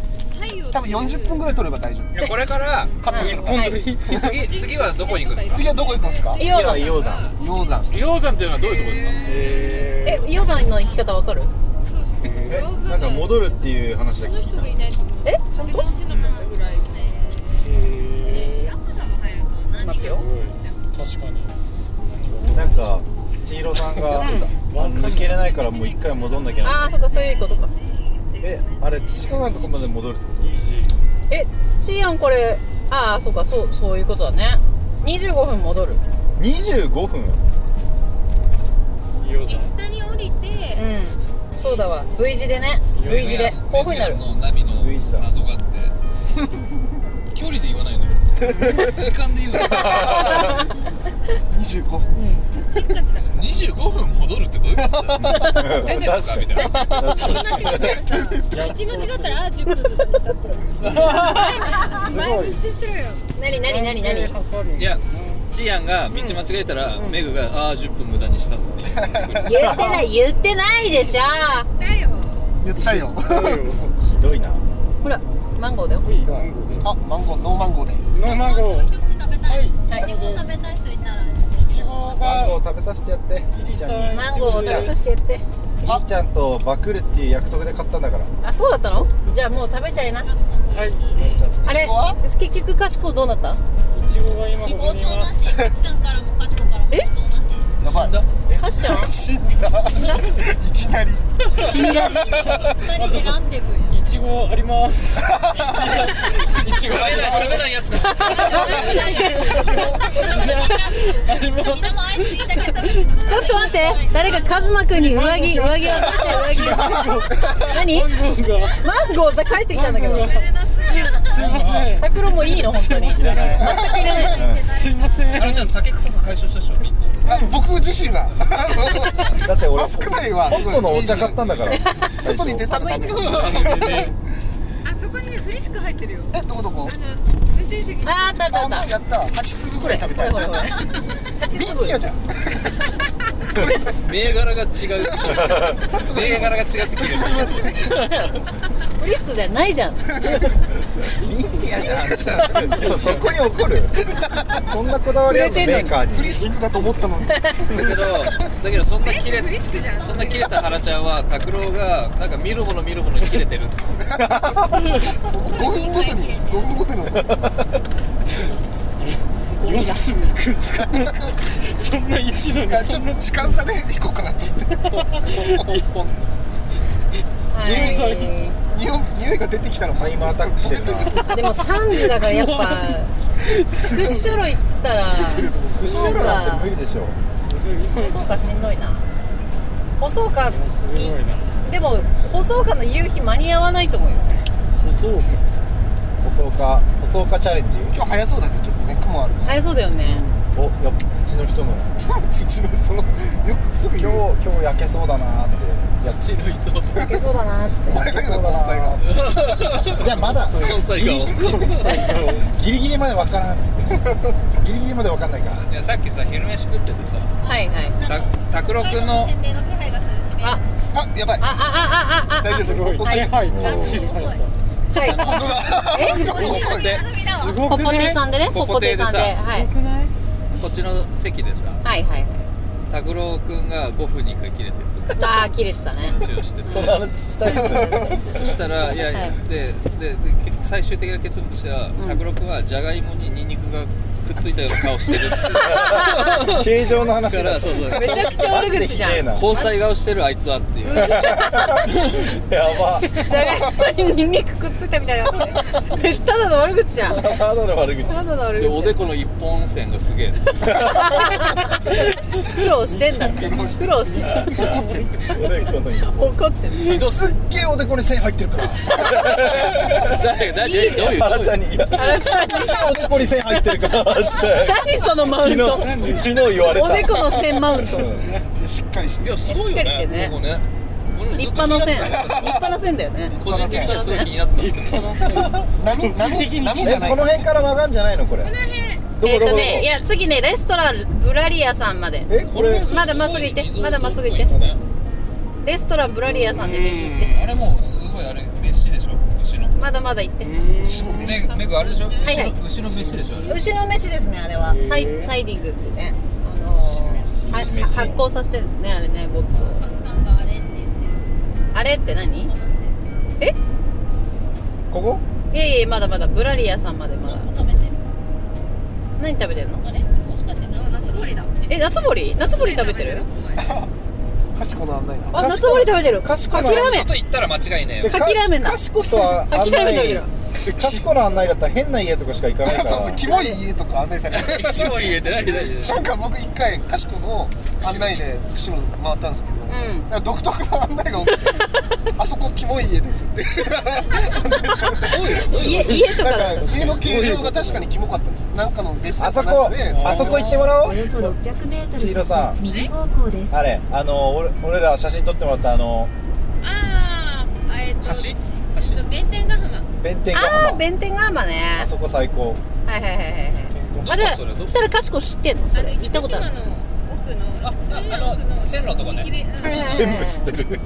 [SPEAKER 1] 多分40分ぐらい取れば大丈
[SPEAKER 3] いやこれから、
[SPEAKER 1] 夫カットするから、
[SPEAKER 4] はい
[SPEAKER 3] 次、次はどこに行くんですか
[SPEAKER 1] 次はどこ行くんですか
[SPEAKER 4] イオザン
[SPEAKER 2] 鷹山
[SPEAKER 1] 鷹山
[SPEAKER 3] 鷹山っていうのはどういうとこですか
[SPEAKER 4] えイオザンの行き方わかる
[SPEAKER 2] えなんか戻るっていう話だけ聞いた
[SPEAKER 4] え
[SPEAKER 8] 本当しなかったぐらい。
[SPEAKER 4] ますよ
[SPEAKER 2] なんか千尋さんがあの抜けれないからもう一回戻んなきゃ
[SPEAKER 4] あ
[SPEAKER 2] な
[SPEAKER 4] あそっかそういうことか
[SPEAKER 2] えあれ地下がどこまで戻るってこと
[SPEAKER 4] えチーアンこれああそうかそうそういうことだね25分戻る
[SPEAKER 2] 25分
[SPEAKER 8] 下に降
[SPEAKER 4] う
[SPEAKER 8] りて、
[SPEAKER 4] んそうだわ V 字でね V 字でこういうふうになる
[SPEAKER 16] の波の
[SPEAKER 2] V 字だ
[SPEAKER 16] 謎があって距離で言わないのよ時間で言うのよ
[SPEAKER 1] 25分
[SPEAKER 16] 25分戻るってどういうことだよ
[SPEAKER 2] 確
[SPEAKER 16] 出てるのかみたいな
[SPEAKER 8] 一間違ったらあ10分ずつでしたって。
[SPEAKER 2] すごい
[SPEAKER 4] なになになになに
[SPEAKER 3] いや、チアンが道間違えたら、メグが、ああー、10分無駄にしたっていう。
[SPEAKER 4] 言ってない言ってないでしょ
[SPEAKER 1] 言ったよ
[SPEAKER 2] ひどいな
[SPEAKER 4] ほらマンゴーだよ
[SPEAKER 1] あマンゴーノーマンゴーで
[SPEAKER 8] 一口食べたい。
[SPEAKER 4] はい
[SPEAKER 8] いちご食べたい人いたら。
[SPEAKER 2] マンゴー食べさせてやってリリちゃんに
[SPEAKER 4] マンゴーを食べさせてやって
[SPEAKER 2] リリちゃんとバクるっていう約束で買ったんだから
[SPEAKER 4] あそうだったのじゃあもう食べちゃいなあれ結局かしこどうなった
[SPEAKER 8] おとなしい。さんからもかしこからもおとなしい。
[SPEAKER 1] やばい
[SPEAKER 4] かしちゃん
[SPEAKER 1] 死んだいきなり
[SPEAKER 8] 二人でランデブーよ。
[SPEAKER 3] 食べない、食べないやつが。
[SPEAKER 8] みんなもアイスいいだけ食べて
[SPEAKER 17] ちょっと待って誰かカズマくんに上着上着渡して上着
[SPEAKER 4] 何マンゴーが帰ってきたんだけどタクロもいいの本当に全くいらない
[SPEAKER 3] あれちゃん、酒臭さ解消したでしょ、みんな。
[SPEAKER 1] あ僕自身が
[SPEAKER 2] だって俺
[SPEAKER 1] マスク内は
[SPEAKER 2] ホットのお茶買ったんだから
[SPEAKER 1] 外に出たらダメ
[SPEAKER 8] あそこにねフリスク入ってるよ。
[SPEAKER 1] えどこどこ
[SPEAKER 8] 運転席に。
[SPEAKER 4] あーあったあったあ
[SPEAKER 1] あ
[SPEAKER 4] った
[SPEAKER 1] やった8粒ぐらい食べたい
[SPEAKER 4] ほらほらほら
[SPEAKER 1] ミーティアじゃん
[SPEAKER 3] 銘柄が違う。銘柄が違ってきてる。
[SPEAKER 4] フリスクじゃないじゃん
[SPEAKER 2] ミンティアじゃんそこに怒るそんなこだわりあるのメーカーに
[SPEAKER 1] フリスクだと思ったのに
[SPEAKER 3] だけど、だけどそんな切れ
[SPEAKER 8] フリスクじゃん。
[SPEAKER 3] そんな切れたハラちゃんは拓郎がなんか見るもの見るもの切れてるって
[SPEAKER 1] 5分ごとに5分ごとに怒るそんな一度にちょっと時間差で行こうかなと思って <laughs>
[SPEAKER 4] は
[SPEAKER 1] 匂い匂いが出てきたら
[SPEAKER 2] タイムアタックしてるな
[SPEAKER 4] でも3時だからやっぱスクッショロいっつったら
[SPEAKER 2] 寿司ロなんて無理でしょ
[SPEAKER 4] 細岡しんどいな細岡でも細岡の夕日間に合わないと思うよ
[SPEAKER 2] 細岡細岡チャレンジ
[SPEAKER 1] 今日早そうだねちょっとね雲あるか
[SPEAKER 4] あれそうだよね
[SPEAKER 2] おやっぱ土の人の
[SPEAKER 1] ら土のそのよくすぐ
[SPEAKER 2] 今
[SPEAKER 1] 言う
[SPEAKER 2] 日今日焼けそうだなーっていや
[SPEAKER 3] 土の人
[SPEAKER 4] いけそうだなっつって
[SPEAKER 1] 前だけだ交際が
[SPEAKER 2] いやまだ
[SPEAKER 3] 関西
[SPEAKER 2] ギリ
[SPEAKER 3] 顔
[SPEAKER 2] ギリギリまでわからんっつってギリギリまでわかんないから
[SPEAKER 3] いやさっきさ昼飯食っててさ
[SPEAKER 4] はいはい
[SPEAKER 8] なん
[SPEAKER 3] た
[SPEAKER 8] か
[SPEAKER 3] 拓郎くんの
[SPEAKER 8] 洗礼の気配がするしね。
[SPEAKER 4] あ
[SPEAKER 1] あやばい
[SPEAKER 4] ああああああ
[SPEAKER 1] 大丈夫ですごい遅い本
[SPEAKER 4] <laughs> はい
[SPEAKER 1] 当だ
[SPEAKER 4] え
[SPEAKER 1] ちょっと遅い
[SPEAKER 3] で
[SPEAKER 4] ポポテさんでねポポテさん
[SPEAKER 3] ポポ
[SPEAKER 4] で
[SPEAKER 3] 亭でさ
[SPEAKER 4] はい
[SPEAKER 3] こっちの席でさ
[SPEAKER 4] はいはい
[SPEAKER 3] 拓郎くんが5分に1回切れてる
[SPEAKER 4] ああ切れてたね
[SPEAKER 3] 話をしてて
[SPEAKER 2] その話したいっすね
[SPEAKER 3] そしたらいやい
[SPEAKER 4] は
[SPEAKER 3] や
[SPEAKER 4] い
[SPEAKER 3] ででで結最終的な結論としては
[SPEAKER 4] ん
[SPEAKER 3] 拓郎くんはじゃがいもにニンニクがくっついたような顔してるって
[SPEAKER 2] 形状の話
[SPEAKER 3] いうから
[SPEAKER 2] だ
[SPEAKER 3] そうそう
[SPEAKER 4] めちゃくちゃ
[SPEAKER 2] マ
[SPEAKER 4] 悪
[SPEAKER 2] ジで
[SPEAKER 4] 口
[SPEAKER 2] ひ
[SPEAKER 4] じ
[SPEAKER 2] で
[SPEAKER 4] ゃん
[SPEAKER 2] え
[SPEAKER 4] じ
[SPEAKER 2] な
[SPEAKER 3] 交際顔してるあいつはっていう
[SPEAKER 2] やば
[SPEAKER 4] ゃがいもにニンニクくっついたみ <laughs> たいなめっただの悪口じゃんた
[SPEAKER 2] ただの悪口
[SPEAKER 4] だの悪
[SPEAKER 3] でお
[SPEAKER 4] 口
[SPEAKER 3] でこの一本線がすげえ
[SPEAKER 4] 苦労してんだって苦労してて
[SPEAKER 2] おでこの一本
[SPEAKER 4] 怒ってる
[SPEAKER 3] ひどす
[SPEAKER 2] すっげえおでこに線入って
[SPEAKER 1] <laughs>
[SPEAKER 2] るから
[SPEAKER 3] 誰が誰どういうど
[SPEAKER 2] あ
[SPEAKER 3] うい
[SPEAKER 2] ら
[SPEAKER 3] う
[SPEAKER 2] ちゃんにいや
[SPEAKER 4] あ
[SPEAKER 2] すっげえおでこに線入ってるからって
[SPEAKER 4] 何そのマウ
[SPEAKER 2] 昨
[SPEAKER 4] ン
[SPEAKER 2] 日
[SPEAKER 4] ト
[SPEAKER 2] 昨日言われた
[SPEAKER 4] おでこの線マウント
[SPEAKER 2] うん
[SPEAKER 1] しっかりして
[SPEAKER 3] いやすごい
[SPEAKER 4] しっか
[SPEAKER 3] よ
[SPEAKER 4] りして
[SPEAKER 3] ね
[SPEAKER 4] ね
[SPEAKER 3] ここね俺の
[SPEAKER 5] 立派な線立派な線だよね
[SPEAKER 3] 個人的にはすごい気になってたんですよ
[SPEAKER 1] 波波波じゃな
[SPEAKER 2] え
[SPEAKER 1] い
[SPEAKER 2] この辺から曲がんじゃないのこれどこ
[SPEAKER 4] えっ
[SPEAKER 2] どこど
[SPEAKER 4] と
[SPEAKER 2] こ
[SPEAKER 4] ねいや次ねレストランブラリアさんまで
[SPEAKER 2] えこれ
[SPEAKER 4] まだまっすぐ行ってまだまっすぐ行ってレストランブラリアさんで右行って
[SPEAKER 3] あれもうすごいあれ嬉しいでしょ牛の
[SPEAKER 4] まだまだ行って
[SPEAKER 3] メメグあれでしょ
[SPEAKER 4] い
[SPEAKER 3] 牛
[SPEAKER 4] はい
[SPEAKER 3] の牛の飯でしょあれ
[SPEAKER 4] 牛の飯ですねあれはサイサイディングってねあのーは発酵させてるんですねあれね牧草
[SPEAKER 8] お客さんがあれって言ってる
[SPEAKER 4] あれって何
[SPEAKER 8] 戻って
[SPEAKER 2] ここ
[SPEAKER 4] いやいやまだまだブラリアさんまでまだ
[SPEAKER 8] 求めてる
[SPEAKER 4] 何食べてんの
[SPEAKER 8] あれもしかして夏氷だ
[SPEAKER 4] え夏堀夏堀食べてる
[SPEAKER 1] かしこの案内だ
[SPEAKER 4] あ夏堀食べてる
[SPEAKER 2] かしこ
[SPEAKER 4] か
[SPEAKER 2] の
[SPEAKER 4] きラーメン
[SPEAKER 3] 人と言ったら間違いねえよ
[SPEAKER 2] で
[SPEAKER 4] かきラーメンだ
[SPEAKER 2] かしことは
[SPEAKER 4] か
[SPEAKER 2] 案
[SPEAKER 4] きラーメンだ
[SPEAKER 2] 内
[SPEAKER 4] け
[SPEAKER 2] でかしこの案内だったら変な家とかしか行か
[SPEAKER 4] <laughs>
[SPEAKER 2] ないから
[SPEAKER 1] そうそうキモい家とか案内されて
[SPEAKER 2] <laughs>
[SPEAKER 3] 火を入れてないない
[SPEAKER 1] なんか僕一回かしこの案内で福島回ったんですけど、
[SPEAKER 4] ん
[SPEAKER 1] なんか独特な案内が多くてあそこキモい家です
[SPEAKER 2] <laughs>
[SPEAKER 1] って
[SPEAKER 4] 家家とか
[SPEAKER 1] なん
[SPEAKER 4] だった
[SPEAKER 1] か家の形状が確かにキモかったんですよなんかの別
[SPEAKER 2] あ
[SPEAKER 1] 荘
[SPEAKER 2] そ
[SPEAKER 1] か
[SPEAKER 2] こ
[SPEAKER 1] なんかで
[SPEAKER 2] あそこ行ってもらおう
[SPEAKER 18] およそ600メートル
[SPEAKER 2] 千尋さん
[SPEAKER 18] 先右方向です。
[SPEAKER 2] あれあの俺俺ら写真撮ってもらったあの
[SPEAKER 8] ああえっと
[SPEAKER 3] 橋
[SPEAKER 8] えっと弁天ヶ浜
[SPEAKER 2] 弁天ヶ
[SPEAKER 4] あー
[SPEAKER 2] 浜
[SPEAKER 4] 弁天ヶ浜ね
[SPEAKER 2] あそこ最高
[SPEAKER 4] はいはいはいはいはい
[SPEAKER 3] どこ
[SPEAKER 4] あで
[SPEAKER 3] それどこ
[SPEAKER 4] したらかしこ知ってんのそ
[SPEAKER 8] あ
[SPEAKER 4] れ
[SPEAKER 8] の
[SPEAKER 4] 行ったことある
[SPEAKER 8] の奥の
[SPEAKER 3] あああの線路のとこね
[SPEAKER 8] 踏切うん
[SPEAKER 4] はいはいはい
[SPEAKER 2] 全部知ってる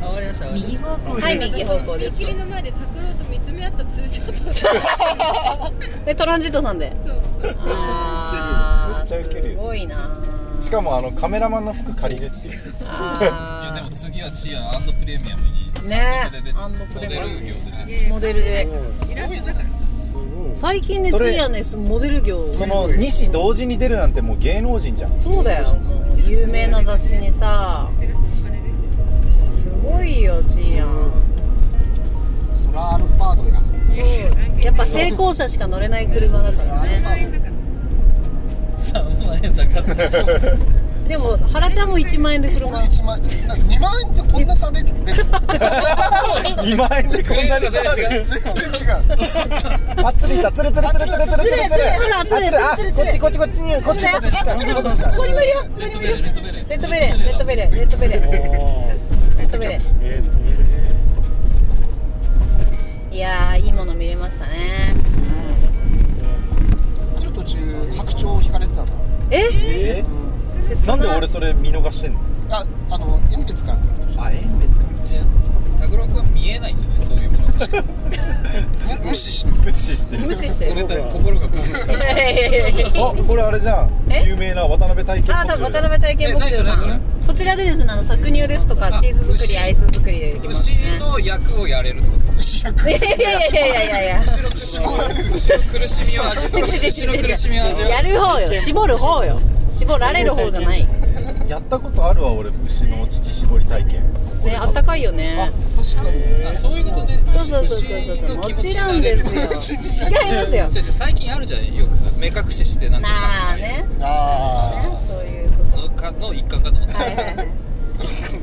[SPEAKER 3] あ終わりました終わりま
[SPEAKER 18] 右
[SPEAKER 3] し
[SPEAKER 18] 方向です。
[SPEAKER 4] はい右方向です
[SPEAKER 8] 踏切の前で拓郎と見つめ合った通常
[SPEAKER 4] <laughs>
[SPEAKER 8] とそう
[SPEAKER 4] でトランジットさんで
[SPEAKER 8] そう
[SPEAKER 4] あー
[SPEAKER 2] めっちゃウケる
[SPEAKER 4] すごいな
[SPEAKER 2] しかもあのカメラマンの服借りるっていう
[SPEAKER 4] <laughs>
[SPEAKER 3] たいやで
[SPEAKER 4] あ
[SPEAKER 3] も次はチアンプレミアムに
[SPEAKER 4] ーね
[SPEAKER 3] モデルで
[SPEAKER 4] アンドプ
[SPEAKER 3] モ
[SPEAKER 4] レ
[SPEAKER 3] デ
[SPEAKER 4] ミアム
[SPEAKER 3] ル業でね
[SPEAKER 4] モデルで
[SPEAKER 8] 知らせだから
[SPEAKER 4] 最近ね
[SPEAKER 2] それ
[SPEAKER 4] ついやねモデル業
[SPEAKER 2] その2誌同時に出るなんてもう芸能人じゃ
[SPEAKER 4] <laughs>
[SPEAKER 2] ん
[SPEAKER 4] そうだよもう有名な雑誌にさすごいよじいやん
[SPEAKER 1] ソラールパートや
[SPEAKER 4] そうやっぱ成功者しか乗れない車だから
[SPEAKER 3] 3
[SPEAKER 4] ね
[SPEAKER 3] 万円だから
[SPEAKER 4] でも原ちゃんも1万円で車
[SPEAKER 1] 1万2万円ってこんな差で出る
[SPEAKER 2] <laughs> 2万円でこんなに差ある
[SPEAKER 1] 全然違う
[SPEAKER 2] あつれたつれつれつれつれつれつれつれ
[SPEAKER 4] あつれつれ
[SPEAKER 2] あこっちこっちこっちにこっちこっち
[SPEAKER 1] あちょっと待って
[SPEAKER 4] ここにもいるよここにもいるよレッドベレーレッドベレーレッドベレーレッドベレーいやーいいもの見れましたね
[SPEAKER 1] 来る途中白鳥を引かれてたんだ
[SPEAKER 4] え
[SPEAKER 2] えなんで俺それ見逃してんの
[SPEAKER 1] ああの遠別から来る途中
[SPEAKER 2] あえんべつか
[SPEAKER 3] 拓郎君は見えないんじゃないそういうものとして
[SPEAKER 1] む無視して
[SPEAKER 2] 無視してる
[SPEAKER 4] 無視して
[SPEAKER 3] それ
[SPEAKER 4] る
[SPEAKER 3] と心が感じる
[SPEAKER 4] いやいやいやいや
[SPEAKER 2] あこれあれじゃん
[SPEAKER 4] え
[SPEAKER 2] 有名な渡辺体験
[SPEAKER 4] あー多分渡辺体験牧場さ
[SPEAKER 3] え何それ何
[SPEAKER 4] んこちらでですねあの搾乳ですとかチーズ作り
[SPEAKER 3] あ
[SPEAKER 4] アイス作りでできますね
[SPEAKER 3] 牛の役をやれるってこ
[SPEAKER 1] 牛役
[SPEAKER 4] いやいやいやいやいやいや
[SPEAKER 3] と牛の苦しみを味わう牛の苦しみを味わう
[SPEAKER 4] やる方よ絞る方よ絞られる方じゃないね
[SPEAKER 2] やったことあるわ俺牛の乳搾り体験
[SPEAKER 4] あったかいよね
[SPEAKER 3] あそういうことね
[SPEAKER 4] そうそうそうそうそうもちろんですよ違いますよ
[SPEAKER 3] じゃ最近あるじゃんよくさ目隠ししてなんか
[SPEAKER 4] な
[SPEAKER 3] さ
[SPEAKER 4] あね
[SPEAKER 1] あ
[SPEAKER 4] そういうこと
[SPEAKER 3] のかの一環かと思った
[SPEAKER 4] はいはいはい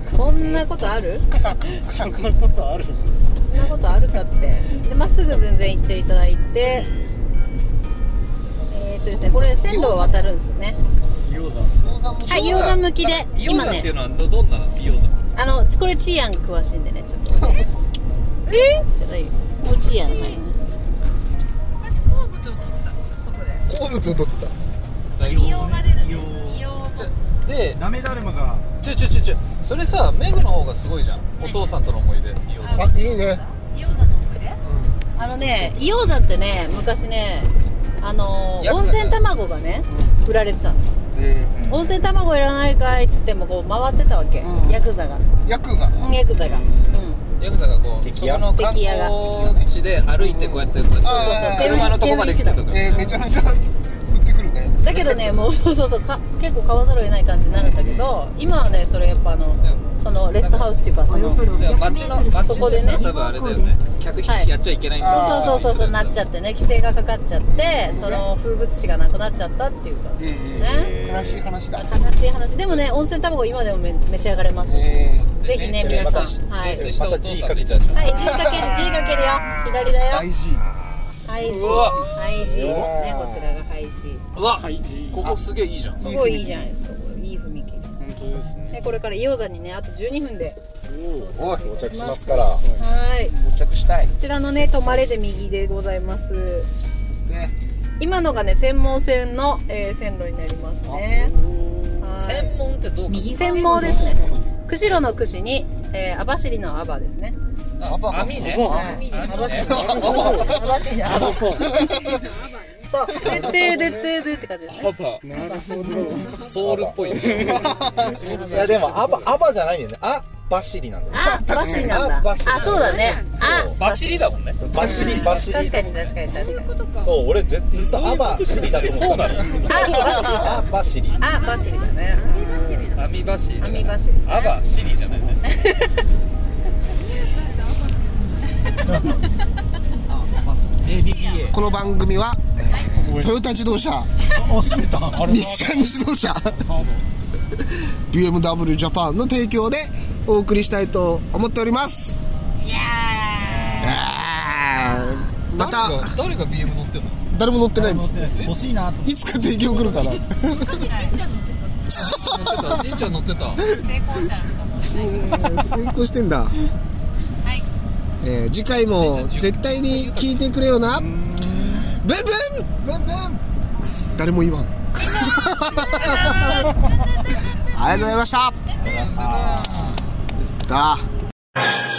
[SPEAKER 4] そんなことある
[SPEAKER 1] あ草く草く
[SPEAKER 4] そんなことあるかってでまっすぐ全然行っていただいてえーっとですねこれ線路を渡るんですよね
[SPEAKER 1] 鷹山も
[SPEAKER 4] はい鷹山向きで
[SPEAKER 3] 今
[SPEAKER 4] 今
[SPEAKER 3] ねっ
[SPEAKER 4] ね
[SPEAKER 3] ていうのはどどんな鷹山
[SPEAKER 4] あのこれチーアンが詳しいんでねちょっ <laughs> とえじゃないよもうチーアンはい
[SPEAKER 8] 昔好物を取ってたんですよそこで
[SPEAKER 1] 好物を取ってた
[SPEAKER 8] 硫黄が出るね硫黄
[SPEAKER 3] で
[SPEAKER 2] ダメだるまが
[SPEAKER 3] ちょちょちょちょそれさメグの方がすごいじゃんお父さんとの思い出鷹山
[SPEAKER 1] あいいね
[SPEAKER 8] 硫黄山の思い出
[SPEAKER 4] あのね伊王山ってね昔ねあの
[SPEAKER 3] やってた
[SPEAKER 4] 温泉卵がね売られてたんです
[SPEAKER 1] え
[SPEAKER 4] 温泉卵いらないかいっつってもこう回ってたわけ、
[SPEAKER 1] うん
[SPEAKER 4] ヤクザが
[SPEAKER 1] ーヤクザ
[SPEAKER 4] ヤクザが、うん、
[SPEAKER 3] ヤクザがこうそ
[SPEAKER 2] 敵
[SPEAKER 3] こ
[SPEAKER 2] や
[SPEAKER 3] の観
[SPEAKER 4] 敵やが
[SPEAKER 3] 光地で歩いてこうやってこうやって
[SPEAKER 1] あー
[SPEAKER 3] そうそう
[SPEAKER 1] 手売り
[SPEAKER 3] 車のとこまで来てとか
[SPEAKER 1] えー、めちゃめちゃ降ってくるね
[SPEAKER 4] だけどねもうそうそうそうか結構買わざるを得ない感じになるんだけど今はねそれやっぱあのそのレストハウスっていうかそ
[SPEAKER 18] お
[SPEAKER 4] の
[SPEAKER 18] よそ
[SPEAKER 4] そう
[SPEAKER 18] 600メ
[SPEAKER 3] で
[SPEAKER 18] ー
[SPEAKER 3] 街の
[SPEAKER 18] トル先
[SPEAKER 3] 街
[SPEAKER 4] そこ
[SPEAKER 3] で
[SPEAKER 4] で
[SPEAKER 3] さ
[SPEAKER 4] ね
[SPEAKER 3] 多分あれだよね客引きやっちゃいけないんですよ
[SPEAKER 4] そうそうそうそうなっちゃってね規制がかかっちゃってその風物詩がなくなっちゃったっていうかね、
[SPEAKER 1] 悲しい話だ
[SPEAKER 4] 悲しい話でもね温泉卵今でもめ召し上がれます、
[SPEAKER 1] えー、
[SPEAKER 4] ぜひね
[SPEAKER 3] で
[SPEAKER 4] 皆さん
[SPEAKER 3] 泥酔し
[SPEAKER 4] はい
[SPEAKER 3] 泥酔したお父さんと行っちゃう
[SPEAKER 4] はい、G かける G かけるよ。左だよ。
[SPEAKER 1] IG
[SPEAKER 4] ハイ G。
[SPEAKER 3] うわ
[SPEAKER 4] ハイ G ですね。こちらがハイ G。
[SPEAKER 3] うわここすげえいいじゃん
[SPEAKER 4] すごいいいじゃないですか。これいい踏切。本当ですね。ねこれから硫黄山にねあと12分で
[SPEAKER 1] おい到着しますから到
[SPEAKER 4] はい
[SPEAKER 1] 着したい
[SPEAKER 4] こちらのね泊まれで右でございます
[SPEAKER 1] ですね
[SPEAKER 4] 今のがね専門線の、えー線路になりますねはい
[SPEAKER 3] 専門ってどうか
[SPEAKER 18] 右
[SPEAKER 4] 専門ですね釧路の串に、えー網走の網ですね
[SPEAKER 3] あ網ね
[SPEAKER 4] はい網走の網網走の網そう「でてでてで」って感じです
[SPEAKER 3] <laughs>
[SPEAKER 4] ね
[SPEAKER 3] ソウルっぽい
[SPEAKER 4] <laughs>
[SPEAKER 3] ね
[SPEAKER 2] いやでもアバアバじゃないんだよねあバシリなんだよ
[SPEAKER 4] あ網走なんだ
[SPEAKER 2] あ
[SPEAKER 4] あ
[SPEAKER 2] 網走
[SPEAKER 4] そうだねあ
[SPEAKER 3] バシリだもんね
[SPEAKER 2] バシリバシリ
[SPEAKER 4] 確かに確かに確かに
[SPEAKER 2] そう俺ずずっとアバシリだと思ってた
[SPEAKER 3] そうだ
[SPEAKER 2] <laughs>
[SPEAKER 3] ろ
[SPEAKER 2] あバシリ
[SPEAKER 4] あバシリだね
[SPEAKER 3] 網バシリ
[SPEAKER 4] 網走り
[SPEAKER 3] アバシリじゃないです
[SPEAKER 1] この番組は、えートヨタ自動車 <laughs> 日産自動車 BMW ジャパンの提供でお送りしたいと思っておりますいやーまた
[SPEAKER 6] 誰が BM 乗ってんの
[SPEAKER 1] 誰も乗ってないんです
[SPEAKER 2] 欲しいなと思って
[SPEAKER 1] いつか提供来るかな
[SPEAKER 6] <laughs> じいちゃん乗ってた
[SPEAKER 8] 成功者しか乗れない
[SPEAKER 1] 成功してんだ、えー次回も絶対に聞いてくれよなブンブンブンブン誰も言 <laughs> わんありがとうございましたありがとうございました